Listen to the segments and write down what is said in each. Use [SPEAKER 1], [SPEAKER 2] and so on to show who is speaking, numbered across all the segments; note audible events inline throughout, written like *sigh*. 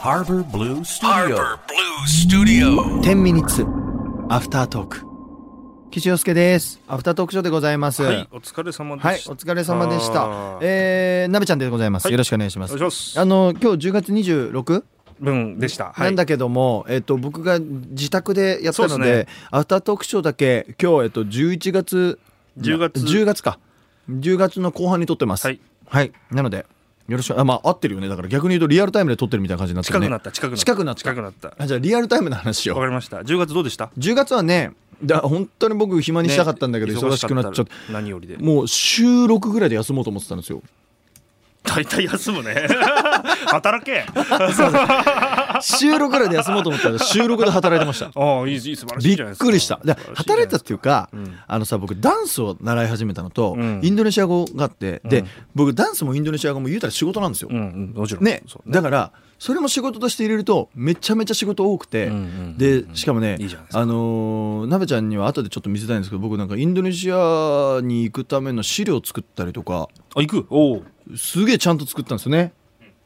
[SPEAKER 1] Harbor Blue Studio.
[SPEAKER 2] Harbor Blue Studio.
[SPEAKER 3] 10ミニッツアフタートーク岸洋介ですアフタートークショーでございます
[SPEAKER 4] はい、お疲れ様で
[SPEAKER 3] はい
[SPEAKER 4] し
[SPEAKER 3] お
[SPEAKER 4] た。
[SPEAKER 3] 疲れ様でした
[SPEAKER 4] あー
[SPEAKER 3] えー、なべちゃんでございます、
[SPEAKER 4] はい
[SPEAKER 3] よろしくお願いしま
[SPEAKER 4] お
[SPEAKER 3] す
[SPEAKER 4] 願いします。
[SPEAKER 3] あの今日10月26、
[SPEAKER 4] 分でした。は
[SPEAKER 3] ないん。だけども、えっと僕が自宅でやったの
[SPEAKER 4] そう
[SPEAKER 3] で
[SPEAKER 4] です
[SPEAKER 3] アフタートークショーだけ今日、えっと、11月
[SPEAKER 4] 10月
[SPEAKER 3] 10月か10月の後半に撮ってます
[SPEAKER 4] はい、
[SPEAKER 3] はいなのでよろしくあまあ合ってるよねだから逆に言うとリアルタイムで撮ってるみたいな感じになってる
[SPEAKER 4] 近
[SPEAKER 3] ね
[SPEAKER 4] くなった。近くなった。
[SPEAKER 3] 近くなった
[SPEAKER 4] 近くなった。わ
[SPEAKER 3] あじゃあリアルタイムの話を
[SPEAKER 4] かりました。10月どうでした？
[SPEAKER 3] 10月はねだ本当に僕暇にしたかったんだけど、
[SPEAKER 4] ね
[SPEAKER 3] 忙しくなっちゃって
[SPEAKER 4] 忙しかた何よりで。
[SPEAKER 3] もう収録ぐらいで休もうと思ってたんです
[SPEAKER 4] *laughs*
[SPEAKER 3] よ
[SPEAKER 4] 大体休む
[SPEAKER 3] *laughs*
[SPEAKER 4] ね。働け。あ
[SPEAKER 3] 収録ぐらいで休もうと思ったら収録で働いてま
[SPEAKER 4] *laughs*
[SPEAKER 3] した
[SPEAKER 4] あ、いいいい素晴らし
[SPEAKER 3] び
[SPEAKER 4] いじゃない
[SPEAKER 3] っ
[SPEAKER 4] ですか。
[SPEAKER 3] くりしたで
[SPEAKER 4] 素晴らしじゃな
[SPEAKER 3] 働い
[SPEAKER 4] で
[SPEAKER 3] た
[SPEAKER 4] す
[SPEAKER 3] っていうか、
[SPEAKER 4] うん
[SPEAKER 3] あのさ僕ダンスを習い始めたのと、
[SPEAKER 4] うん
[SPEAKER 3] インドネシア語があってで、
[SPEAKER 4] うん
[SPEAKER 3] 僕ダンスもインドネシア語も言うたら仕事なんですよ、
[SPEAKER 4] うんうん、もちろん。
[SPEAKER 3] ね
[SPEAKER 4] そう
[SPEAKER 3] だからそれも仕事として入れるとめちゃめちゃ仕事多くて、
[SPEAKER 4] うんうんうん
[SPEAKER 3] でしかもね
[SPEAKER 4] いいじゃないですか
[SPEAKER 3] あのーなべちゃんには後でちょっと見せたいんですけど僕なんかインドネシアに行くための資料作ったりとか
[SPEAKER 4] あ、行く。おお。
[SPEAKER 3] すげえちゃんと作ったんですよね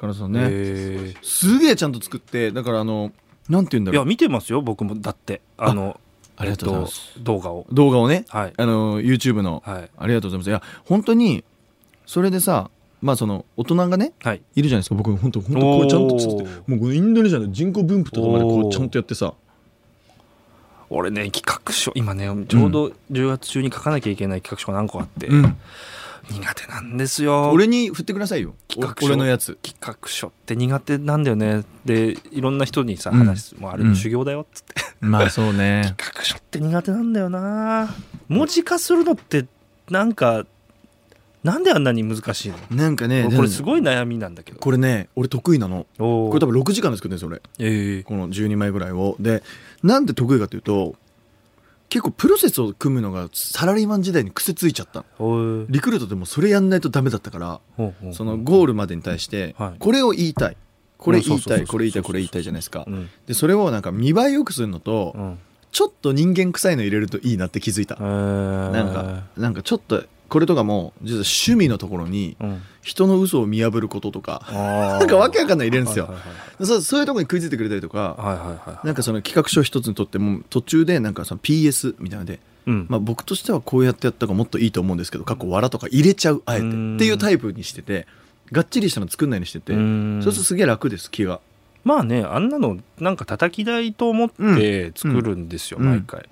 [SPEAKER 3] 金さんね、
[SPEAKER 4] へえ
[SPEAKER 3] すげえちゃんと作ってだからあのなんて言うんだ
[SPEAKER 4] い
[SPEAKER 3] ろ
[SPEAKER 4] や
[SPEAKER 3] う
[SPEAKER 4] 見てますよ僕もだってあの
[SPEAKER 3] ありがとうございます
[SPEAKER 4] えっと動画を
[SPEAKER 3] 動画をね、
[SPEAKER 4] はい
[SPEAKER 3] あの YouTube の、
[SPEAKER 4] はい
[SPEAKER 3] ありがとうございますいや本当にそれでさまあその大人がね
[SPEAKER 4] はい
[SPEAKER 3] いるじゃないですか僕本当本当こうちゃんと作って
[SPEAKER 4] おー
[SPEAKER 3] もうこのインドネシアの人口分布とかまでこうちゃんとやってさ
[SPEAKER 4] 俺ね企画書今ねちょうど10月中に書かなきゃいけない企画書が何個あって
[SPEAKER 3] うん
[SPEAKER 4] 苦手なんですよ
[SPEAKER 3] 俺に振ってくださいよ
[SPEAKER 4] 企画書
[SPEAKER 3] 俺のやつ
[SPEAKER 4] 企画書って苦手なんだよねでいろんな人にさ
[SPEAKER 3] うん
[SPEAKER 4] 話す、もうあれ
[SPEAKER 3] うん
[SPEAKER 4] の修行だよっつって、
[SPEAKER 3] まあそうね
[SPEAKER 4] 企画書って苦手なんだよな文字化するのってなんかなんであんなに難しいの
[SPEAKER 3] なんかね
[SPEAKER 4] 俺これす
[SPEAKER 3] い
[SPEAKER 4] ごい悩みなんだけど
[SPEAKER 3] これね俺得意なの
[SPEAKER 4] お
[SPEAKER 3] これ多
[SPEAKER 4] 分
[SPEAKER 3] 分6時間で作ってるんですよ俺
[SPEAKER 4] ええ
[SPEAKER 3] この12枚ぐらいをでなんで得意かというと結構プロセスを組むのがサラリーマン時代に癖ついちゃった
[SPEAKER 4] お
[SPEAKER 3] リクルートでもそれやんないとダメだったから
[SPEAKER 4] え
[SPEAKER 3] そのゴールまでに対して
[SPEAKER 4] はい
[SPEAKER 3] これを言いたいこれ言いた
[SPEAKER 4] う
[SPEAKER 3] い
[SPEAKER 4] ん
[SPEAKER 3] こ
[SPEAKER 4] そうそうそうそう
[SPEAKER 3] れ言いたいこれ言いたいじゃないですか
[SPEAKER 4] うん
[SPEAKER 3] でそれをなんか見栄えよくするのと
[SPEAKER 4] うん
[SPEAKER 3] ちょっと人間臭いの入れるといいなって気づいた
[SPEAKER 4] えー
[SPEAKER 3] なんかなんかちょっとこれとかも実は趣味のところに
[SPEAKER 4] うん
[SPEAKER 3] 人の嘘を見破ることとか
[SPEAKER 4] な
[SPEAKER 3] *laughs* なんかわけわかんない入れるんですよ
[SPEAKER 4] はいはい
[SPEAKER 3] そうそういうところに食いついてくれたりとか
[SPEAKER 4] はいはいはいはい
[SPEAKER 3] なんかその企画書一つにとっても途中でなんかその PS みたいなので、
[SPEAKER 4] うん
[SPEAKER 3] まあ、僕としてはこうやってやった方がもっといいと思うんですけど過去わらとか入れちゃうあえてっ
[SPEAKER 4] う
[SPEAKER 3] て
[SPEAKER 4] ん
[SPEAKER 3] いうタイプにしててがっちりしたの作んないようにしてて
[SPEAKER 4] うん
[SPEAKER 3] そうするとすげえ楽です気が
[SPEAKER 4] まあねあんなのなんか叩き台と思って作るんですよ、
[SPEAKER 3] うん
[SPEAKER 4] 毎回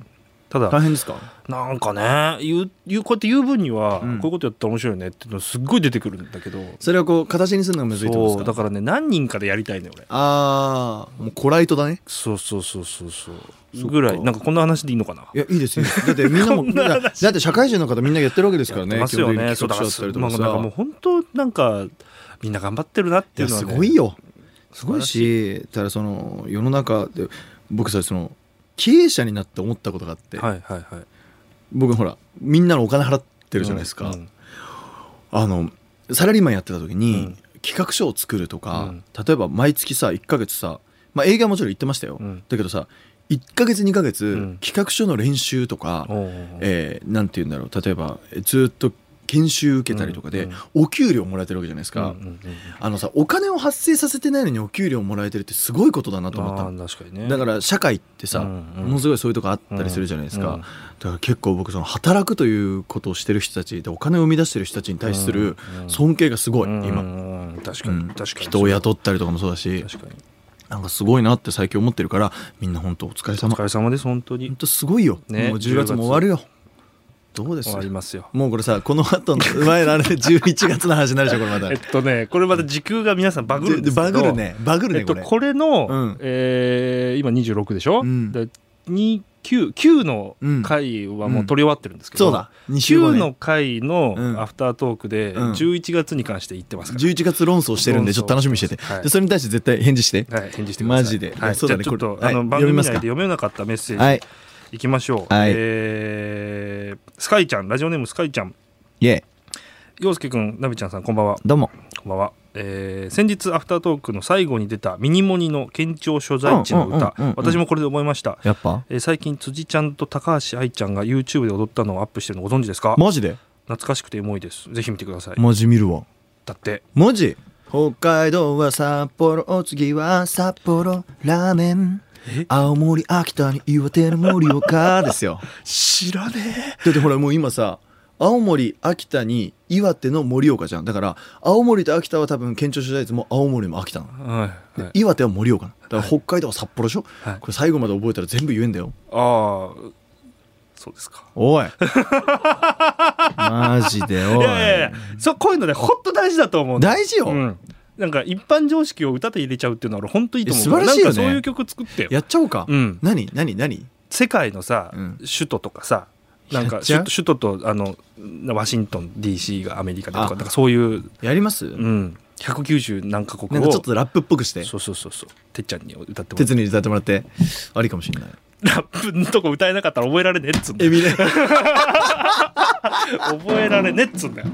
[SPEAKER 4] ただ
[SPEAKER 3] 大変ですか
[SPEAKER 4] なんかね言う言うこうやって言う分には、
[SPEAKER 3] うん
[SPEAKER 4] こういうことやったら面白いよねっていうのすっごい出てくるんだけど
[SPEAKER 3] それをこう形にするのがむずいってこと
[SPEAKER 4] そう
[SPEAKER 3] です
[SPEAKER 4] だ
[SPEAKER 3] か
[SPEAKER 4] からね何人かでやりたいね俺
[SPEAKER 3] ああもうコライトだね
[SPEAKER 4] そうそうそうそうそう
[SPEAKER 3] そっか
[SPEAKER 4] ぐらいなんかこんな話でいいのかない
[SPEAKER 3] やいいですよだってみんな
[SPEAKER 4] *laughs*
[SPEAKER 3] もだってだって社会人の方みんなやってるわけですから
[SPEAKER 4] や
[SPEAKER 3] ね
[SPEAKER 4] ってますよね
[SPEAKER 3] 基
[SPEAKER 4] そう
[SPEAKER 3] 本的
[SPEAKER 4] だか
[SPEAKER 3] に企画書だ
[SPEAKER 4] ら
[SPEAKER 3] ったりと
[SPEAKER 4] まあ
[SPEAKER 3] か
[SPEAKER 4] な
[SPEAKER 3] さ
[SPEAKER 4] んかもう本当なんかみんな頑張ってるなって
[SPEAKER 3] い
[SPEAKER 4] い
[SPEAKER 3] や
[SPEAKER 4] う
[SPEAKER 3] す
[SPEAKER 4] のは、ね、
[SPEAKER 3] ごいよす
[SPEAKER 4] 素
[SPEAKER 3] ご
[SPEAKER 4] 晴
[SPEAKER 3] い
[SPEAKER 4] らし
[SPEAKER 3] しただその世の中で僕さその経営者になって思ったことがあって、
[SPEAKER 4] はいはいはい
[SPEAKER 3] 僕ほらみんなのお金払ってるじゃないですか、
[SPEAKER 4] うん
[SPEAKER 3] あのサラリーマンやってた時に、
[SPEAKER 4] うん
[SPEAKER 3] 企画書を作るとか、
[SPEAKER 4] うん
[SPEAKER 3] 例えば毎月さ1ヶ月さ、まあ、営業はもちろん行ってましたよ、
[SPEAKER 4] うん
[SPEAKER 3] だけどさ1ヶ月2ヶ月、
[SPEAKER 4] うん
[SPEAKER 3] 企画書の練習とか、
[SPEAKER 4] おうおうおう
[SPEAKER 3] えーなんて言うんだろう例えばえーずっと研修受けたりとかで、
[SPEAKER 4] うん
[SPEAKER 3] お給料もらえてるわけじゃないですか、
[SPEAKER 4] うんうんうん
[SPEAKER 3] あのさお金を発生させてないのにお給料もらえてるってすごいことだなと思ったの
[SPEAKER 4] あー確かにね
[SPEAKER 3] だから社会ってさ、
[SPEAKER 4] うんうん
[SPEAKER 3] ものすごいそういうとこあったりするじゃないですか、
[SPEAKER 4] うんうん
[SPEAKER 3] だから結構僕その働くということをしてる人たちでお金を生み出してる人たちに対する
[SPEAKER 4] うんうん
[SPEAKER 3] 尊敬がすごい、
[SPEAKER 4] うん
[SPEAKER 3] 今、
[SPEAKER 4] うんうん確か
[SPEAKER 3] う
[SPEAKER 4] に、
[SPEAKER 3] ん
[SPEAKER 4] 確かに
[SPEAKER 3] 人を雇ったりとかもそうだし
[SPEAKER 4] 確かに
[SPEAKER 3] なんかすごいなって最近思ってるからみんな本当お疲れ
[SPEAKER 4] お
[SPEAKER 3] 様
[SPEAKER 4] 疲
[SPEAKER 3] 本
[SPEAKER 4] れ様です本当に
[SPEAKER 3] 当すごいよ、
[SPEAKER 4] ね
[SPEAKER 3] もう10月も終わるよどうです
[SPEAKER 4] 終わりますよ
[SPEAKER 3] もうこれさこの *laughs* 後の前のあれで11月の話になるでしょこれまだ
[SPEAKER 4] えっとねこれまた時空が皆さんバグるんですけど
[SPEAKER 3] バグるねバグる
[SPEAKER 4] え
[SPEAKER 3] ね
[SPEAKER 4] っ
[SPEAKER 3] ことれ、
[SPEAKER 4] これの、
[SPEAKER 3] うん
[SPEAKER 4] えー今26でしょ、
[SPEAKER 3] うん
[SPEAKER 4] でに 9, 9の
[SPEAKER 3] うん
[SPEAKER 4] 回はもう撮り終わってるんですけど、
[SPEAKER 3] そうだ2週後、
[SPEAKER 4] 9
[SPEAKER 3] ね、
[SPEAKER 4] の回の
[SPEAKER 3] うん
[SPEAKER 4] アフタートークで
[SPEAKER 3] うん
[SPEAKER 4] 11月に関して言ってますから、
[SPEAKER 3] 11月論争してるんでちょっと楽しみにしてて、
[SPEAKER 4] はい
[SPEAKER 3] でそれに対して絶対返事して
[SPEAKER 4] はい、返事してくださ
[SPEAKER 3] マ
[SPEAKER 4] い
[SPEAKER 3] ジでい
[SPEAKER 4] は
[SPEAKER 3] や
[SPEAKER 4] い、
[SPEAKER 3] そうだね
[SPEAKER 4] じゃあちょっと
[SPEAKER 3] これ
[SPEAKER 4] あ
[SPEAKER 3] はい
[SPEAKER 4] の番
[SPEAKER 3] 読み
[SPEAKER 4] 組
[SPEAKER 3] ま
[SPEAKER 4] 内
[SPEAKER 3] す
[SPEAKER 4] で
[SPEAKER 3] か
[SPEAKER 4] 読めなかったメッセージ、、
[SPEAKER 3] はいい
[SPEAKER 4] きましょう、
[SPEAKER 3] はい
[SPEAKER 4] えースカイちゃんラジオネームスカイちゃん
[SPEAKER 3] イエ
[SPEAKER 4] 陽介くんナビちゃんさんこんばんは
[SPEAKER 3] どうも
[SPEAKER 4] こんばんは、えー先日アフタートークの最後に出たミニモニの県庁所在地の
[SPEAKER 3] うんう
[SPEAKER 4] 歌
[SPEAKER 3] んうんうん
[SPEAKER 4] 私もこれで覚えました、
[SPEAKER 3] やっぱ
[SPEAKER 4] えー最近辻ちゃんと高橋愛ちゃんが YouTube で踊ったのをアップしてるのご存知ですか
[SPEAKER 3] マジで
[SPEAKER 4] 懐かしくてエモいですぜひ見てください
[SPEAKER 3] マジ見るわ
[SPEAKER 4] だって
[SPEAKER 3] マジ北海道は札幌お次は札幌ラーメン青森秋田に岩手の盛岡ですよ
[SPEAKER 4] *laughs* 知らね
[SPEAKER 3] だってほらもう今さ青森秋田に岩手の盛岡じゃんだから青森と秋田は多分県庁所在地も青森も秋田なの
[SPEAKER 4] え、はいはい、
[SPEAKER 3] 岩手は盛岡なのだから北海道は札幌でしょ、
[SPEAKER 4] はい
[SPEAKER 3] これ最後まで覚えたら全部言えんだよ
[SPEAKER 4] ああそうですか *laughs*
[SPEAKER 3] おいマジでお
[SPEAKER 4] い
[SPEAKER 3] い
[SPEAKER 4] やいやいやそうこういうのねほんと大事だと思う
[SPEAKER 3] 大事よ、
[SPEAKER 4] うん、なんか一般常識を歌で入れちゃうっていうのは俺ほんといいと思う
[SPEAKER 3] いや素晴らしいよね
[SPEAKER 4] なんかそういう曲作ってよ
[SPEAKER 3] やっちゃおうか、
[SPEAKER 4] うん、
[SPEAKER 3] 何何何
[SPEAKER 4] 世界のさ、
[SPEAKER 3] うん
[SPEAKER 4] 首都とかさなん
[SPEAKER 3] や
[SPEAKER 4] か
[SPEAKER 3] っちゃ
[SPEAKER 4] 首
[SPEAKER 3] う
[SPEAKER 4] 都首都とあのワシントン DC がアメリカでと
[SPEAKER 3] あ
[SPEAKER 4] かなんかそういう、
[SPEAKER 3] やります、
[SPEAKER 4] うん、190何カ国
[SPEAKER 3] なん
[SPEAKER 4] を
[SPEAKER 3] かちょっとラップっぽくして
[SPEAKER 4] そうそうそうそうてっちゃんに歌ってもらって
[SPEAKER 3] 鉄に歌ってもらってありかもしれない
[SPEAKER 4] ラップのとこ歌えなかったら覚えられねえっつうんだ
[SPEAKER 3] え
[SPEAKER 4] よ
[SPEAKER 3] みね
[SPEAKER 4] 覚えられねえっつうんだよ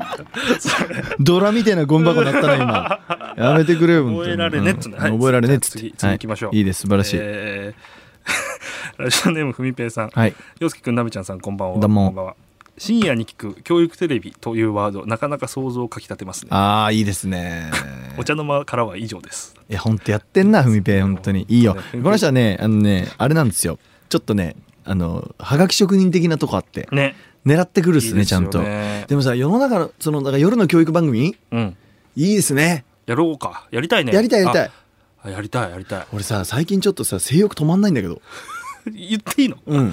[SPEAKER 3] ドラみたいなゴミ箱になった
[SPEAKER 4] *laughs*
[SPEAKER 3] な今やめてくれよ本当に
[SPEAKER 4] 覚えられねえっつうのはい
[SPEAKER 3] うん覚えられねえっつって
[SPEAKER 4] 次次行きましょう
[SPEAKER 3] はい、いいです素晴らしい、
[SPEAKER 4] えー *laughs* ラジオネームふみぺいさん
[SPEAKER 3] はい
[SPEAKER 4] 洋介くんなべちゃんさんこんばんは
[SPEAKER 3] どうも
[SPEAKER 4] こんばんは深夜に聞く教育テレビというワードなかなか想像をかき立てますね
[SPEAKER 3] ああいいですね
[SPEAKER 4] お茶の間からは以上です
[SPEAKER 3] いや本当やってんなふみぺ本当
[SPEAKER 4] *laughs*
[SPEAKER 3] にいいよ
[SPEAKER 4] そうね
[SPEAKER 3] この人はねあのねあれなんですよちょっとねあのはがき職人的なとこあって
[SPEAKER 4] ね
[SPEAKER 3] 狙ってくるっ
[SPEAKER 4] いい
[SPEAKER 3] す
[SPEAKER 4] で
[SPEAKER 3] ね
[SPEAKER 4] す
[SPEAKER 3] ち
[SPEAKER 4] よ
[SPEAKER 3] ゃ
[SPEAKER 4] ね
[SPEAKER 3] んとでもさ世の中のそのなんか夜の教育番組
[SPEAKER 4] うん
[SPEAKER 3] いいですね
[SPEAKER 4] やろうかやりたいね
[SPEAKER 3] やりたいやりたい
[SPEAKER 4] あやりたいやりたい *laughs*
[SPEAKER 3] 俺さ最近ちょっとさ性欲止まんないんだけど
[SPEAKER 4] 言っていいの
[SPEAKER 3] うん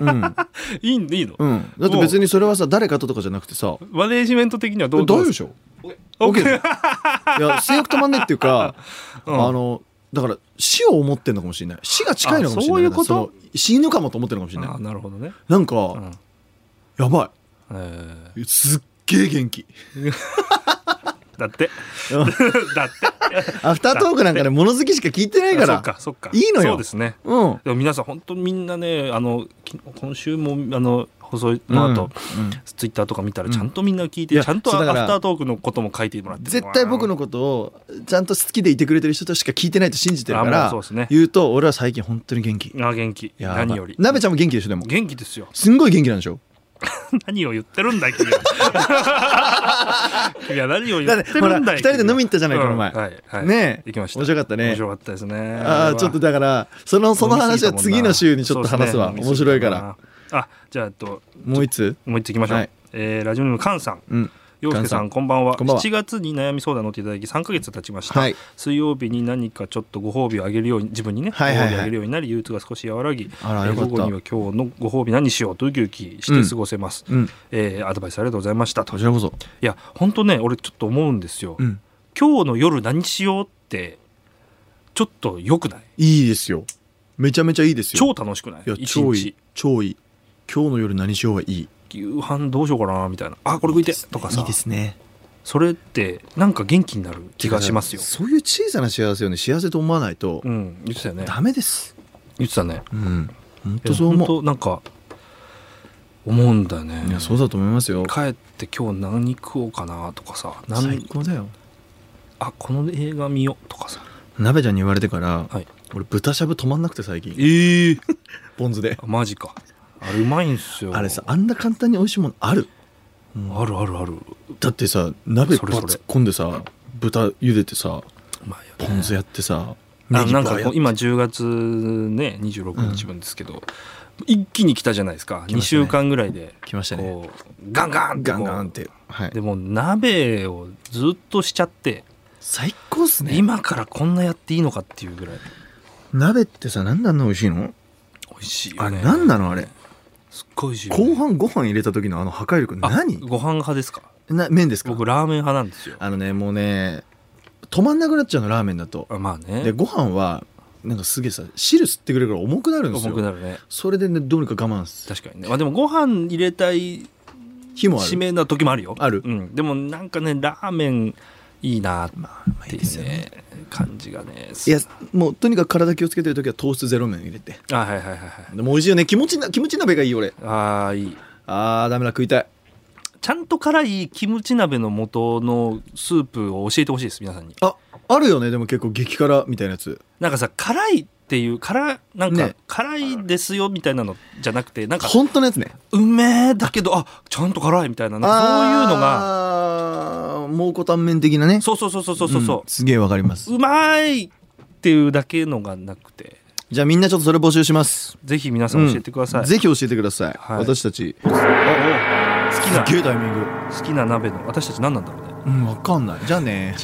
[SPEAKER 3] うん
[SPEAKER 4] いいのいいの、
[SPEAKER 3] うんだって別にそれはさ誰かととかじゃなくてさ
[SPEAKER 4] マネージメント的にはどう
[SPEAKER 3] 大丈
[SPEAKER 4] どう
[SPEAKER 3] 夫で
[SPEAKER 4] し
[SPEAKER 3] しょ
[SPEAKER 4] ょ
[SPEAKER 3] OK だよいや性欲止まんねえっていうか
[SPEAKER 4] *laughs* うん
[SPEAKER 3] あのだから死を思ってんのかもしれない死が近いのかもしれない
[SPEAKER 4] あそういうこと
[SPEAKER 3] だからその死ぬかもと思ってるのかもしれ
[SPEAKER 4] あ
[SPEAKER 3] ない
[SPEAKER 4] なるほどね、
[SPEAKER 3] なん
[SPEAKER 4] う
[SPEAKER 3] か
[SPEAKER 4] ん
[SPEAKER 3] やば
[SPEAKER 4] えー
[SPEAKER 3] いすっげえ元気
[SPEAKER 4] だって
[SPEAKER 3] うん
[SPEAKER 4] *laughs* だって
[SPEAKER 3] アフタートークなんかね *laughs* 物好きしか聞いてないか
[SPEAKER 4] あそ
[SPEAKER 3] ら
[SPEAKER 4] っかそっか
[SPEAKER 3] いいのよ
[SPEAKER 4] そうですね
[SPEAKER 3] うん
[SPEAKER 4] でも皆さん本当みんなねあのき今週もあの細いの
[SPEAKER 3] う
[SPEAKER 4] 後、
[SPEAKER 3] ん
[SPEAKER 4] ツイッターとか見たらちゃんとみんな聞いて、
[SPEAKER 3] いや
[SPEAKER 4] ちゃんと
[SPEAKER 3] そう
[SPEAKER 4] ア
[SPEAKER 3] だから
[SPEAKER 4] フタートークのことも書いてもらってる
[SPEAKER 3] 絶対僕のことをちゃんと好きでいてくれてる人としか聞いてないと信じてるか
[SPEAKER 4] あ
[SPEAKER 3] ら
[SPEAKER 4] もうそうですね
[SPEAKER 3] 言うと俺は最近本当に元気
[SPEAKER 4] あ元気
[SPEAKER 3] やばい
[SPEAKER 4] 何より
[SPEAKER 3] なべちゃんも元気でしょでも
[SPEAKER 4] 元気ですよ
[SPEAKER 3] すんごい元気なんでしょ
[SPEAKER 4] 何を言ってるんだい君は
[SPEAKER 3] *laughs*
[SPEAKER 4] 君は何を言
[SPEAKER 3] だっ
[SPEAKER 4] ってて
[SPEAKER 3] ほら
[SPEAKER 4] るんだ
[SPEAKER 3] 2
[SPEAKER 4] い
[SPEAKER 3] 人で飲みに行ったじゃないこ
[SPEAKER 4] うん
[SPEAKER 3] の前
[SPEAKER 4] はいはい
[SPEAKER 3] ねえ
[SPEAKER 4] 行きました
[SPEAKER 3] 面白かった
[SPEAKER 4] 面
[SPEAKER 3] ね
[SPEAKER 4] 白かったですね
[SPEAKER 3] あ
[SPEAKER 4] れ
[SPEAKER 3] あ
[SPEAKER 4] は
[SPEAKER 3] ちょっとだからそのその話は次の週にちょっと話すわ
[SPEAKER 4] 飲み
[SPEAKER 3] 面
[SPEAKER 4] 過ぎ
[SPEAKER 3] 白い
[SPEAKER 4] た
[SPEAKER 3] か
[SPEAKER 4] もんな
[SPEAKER 3] ら
[SPEAKER 4] そうですね飲み過ぎたもんなあじゃあえっと
[SPEAKER 3] もういつ
[SPEAKER 4] もう一ついきましょう、
[SPEAKER 3] はい
[SPEAKER 4] えーラジオネームカンさん
[SPEAKER 3] うん
[SPEAKER 4] 洋介さんこんばんは
[SPEAKER 3] こんばんは
[SPEAKER 4] 7月に悩み相談乗っていただき3か月経ちました、
[SPEAKER 3] はい
[SPEAKER 4] 水曜日に何かちょっとご褒美をあげるように自分にね、
[SPEAKER 3] はいはいはい
[SPEAKER 4] ご褒美をあげるようになり憂鬱が少し和らぎ
[SPEAKER 3] あら
[SPEAKER 4] えー
[SPEAKER 3] よかった
[SPEAKER 4] 午後には今日のご褒美何しようとウキウキして過ごせます、
[SPEAKER 3] うん
[SPEAKER 4] えーアドバイスありがとうございましたと
[SPEAKER 3] こ
[SPEAKER 4] い
[SPEAKER 3] ちらこそ
[SPEAKER 4] や本当ね俺ちょっと思うんですよ、
[SPEAKER 3] うん
[SPEAKER 4] 今日の夜何しようってちょっとよくない
[SPEAKER 3] いいですよめちゃめちゃいいですよ
[SPEAKER 4] 超楽しくない
[SPEAKER 3] いや
[SPEAKER 4] 一
[SPEAKER 3] 超い
[SPEAKER 4] 日
[SPEAKER 3] い超いい今日の夜何しようはいい
[SPEAKER 4] 夕飯どうしようかなみたいなあこれ食いてとかさ
[SPEAKER 3] いいですね
[SPEAKER 4] それってなんか元気になる気がしますよ
[SPEAKER 3] そういう小さな幸せをね幸せと思わないと
[SPEAKER 4] うん言ってたよね
[SPEAKER 3] ダメです
[SPEAKER 4] 言ってたね
[SPEAKER 3] うん本当そう思
[SPEAKER 4] 本当なんか思うんだよね
[SPEAKER 3] ういやそうだと思いますよ
[SPEAKER 4] 帰って今日何食おうかなとかさ
[SPEAKER 3] 最
[SPEAKER 4] 何
[SPEAKER 3] 高だよ
[SPEAKER 4] あこの映画見ようとかさ
[SPEAKER 3] 鍋ちゃんに言われてから
[SPEAKER 4] はい
[SPEAKER 3] 俺豚しゃぶ止まんなくて最近
[SPEAKER 4] ええ
[SPEAKER 3] ポン酢で
[SPEAKER 4] マジかあれうまいんすよ
[SPEAKER 3] あれさあんな簡単に美味しいものある
[SPEAKER 4] あるあるあるう
[SPEAKER 3] だってさ鍋
[SPEAKER 4] そ
[SPEAKER 3] ば
[SPEAKER 4] れそれ
[SPEAKER 3] 突っ込んでさ豚茹でてさ
[SPEAKER 4] まいよ
[SPEAKER 3] ポン酢やってさ
[SPEAKER 4] あ
[SPEAKER 3] ネギ
[SPEAKER 4] なん
[SPEAKER 3] バ
[SPEAKER 4] か
[SPEAKER 3] ーやっ
[SPEAKER 4] 今10月ね26日分ですけど、一気に来たじゃないですか、
[SPEAKER 3] ま
[SPEAKER 4] 2
[SPEAKER 3] したね
[SPEAKER 4] 週間ぐらいで
[SPEAKER 3] 来ましたね
[SPEAKER 4] こうガンガンって
[SPEAKER 3] ガ
[SPEAKER 4] こ
[SPEAKER 3] ン
[SPEAKER 4] う
[SPEAKER 3] ガンってはい
[SPEAKER 4] でもう鍋をずっとしちゃって、
[SPEAKER 3] 最高っすね
[SPEAKER 4] 今からこんなやっていいのかっていうぐらい
[SPEAKER 3] 鍋ってさなんであんな美味しいの
[SPEAKER 4] 美味しいよ
[SPEAKER 3] あ
[SPEAKER 4] ね
[SPEAKER 3] れなんなのあれ
[SPEAKER 4] すっごい美味しいよね、
[SPEAKER 3] 後半ご飯入れた時のあの破壊力
[SPEAKER 4] あ
[SPEAKER 3] 何
[SPEAKER 4] ご飯派ですか
[SPEAKER 3] な麺ですか
[SPEAKER 4] 僕ラーメン派なんですよ
[SPEAKER 3] あのねもうね止まんなくなっちゃうのラーメンだと
[SPEAKER 4] あまあね
[SPEAKER 3] でご飯はなんかすげえさ汁吸ってくれるから重くなるんです
[SPEAKER 4] 重く
[SPEAKER 3] よ
[SPEAKER 4] なるね
[SPEAKER 3] それでねどうにか我慢する
[SPEAKER 4] 確かにね、まあ、でもご飯入れたい
[SPEAKER 3] 日もあ
[SPEAKER 4] 締
[SPEAKER 3] る
[SPEAKER 4] めな時もあるよ
[SPEAKER 3] ある
[SPEAKER 4] うん、でもなんかねラーメンいいなっていうね感じがね
[SPEAKER 3] いやもうとにかく体気をつけてる時は糖質ゼロ麺入れて
[SPEAKER 4] あはいはいはいはい
[SPEAKER 3] でも美味しいよね気持ちな気持ち鍋がいい俺
[SPEAKER 4] あーいい
[SPEAKER 3] あーダメだ食いたい
[SPEAKER 4] ちゃんと辛いキムチ鍋の素のスープを教えてほしいです皆さんに
[SPEAKER 3] ああるよねでも結構激辛みたいなやつ
[SPEAKER 4] なんかさ辛いっていう辛なんか
[SPEAKER 3] ね
[SPEAKER 4] 辛いですよみたいなのじゃなくてなんか
[SPEAKER 3] 本当のやつね
[SPEAKER 4] うめえだけどあちゃんと辛いみたいななんかそういうのが
[SPEAKER 3] が蒙古タンメン的なね
[SPEAKER 4] そうそうそうそうそうそう
[SPEAKER 3] うんすげえわかります
[SPEAKER 4] うまいっていうだけのがなくて
[SPEAKER 3] じゃあみんなちょっとそれ募集します
[SPEAKER 4] ぜひ皆さん教えてください、
[SPEAKER 3] ぜひ教えてください、
[SPEAKER 4] はい
[SPEAKER 3] 私たち
[SPEAKER 4] 好きな
[SPEAKER 3] すっげえタイミング
[SPEAKER 4] 好きな鍋の私たち何なんだろうね
[SPEAKER 3] うんわかんないじゃあね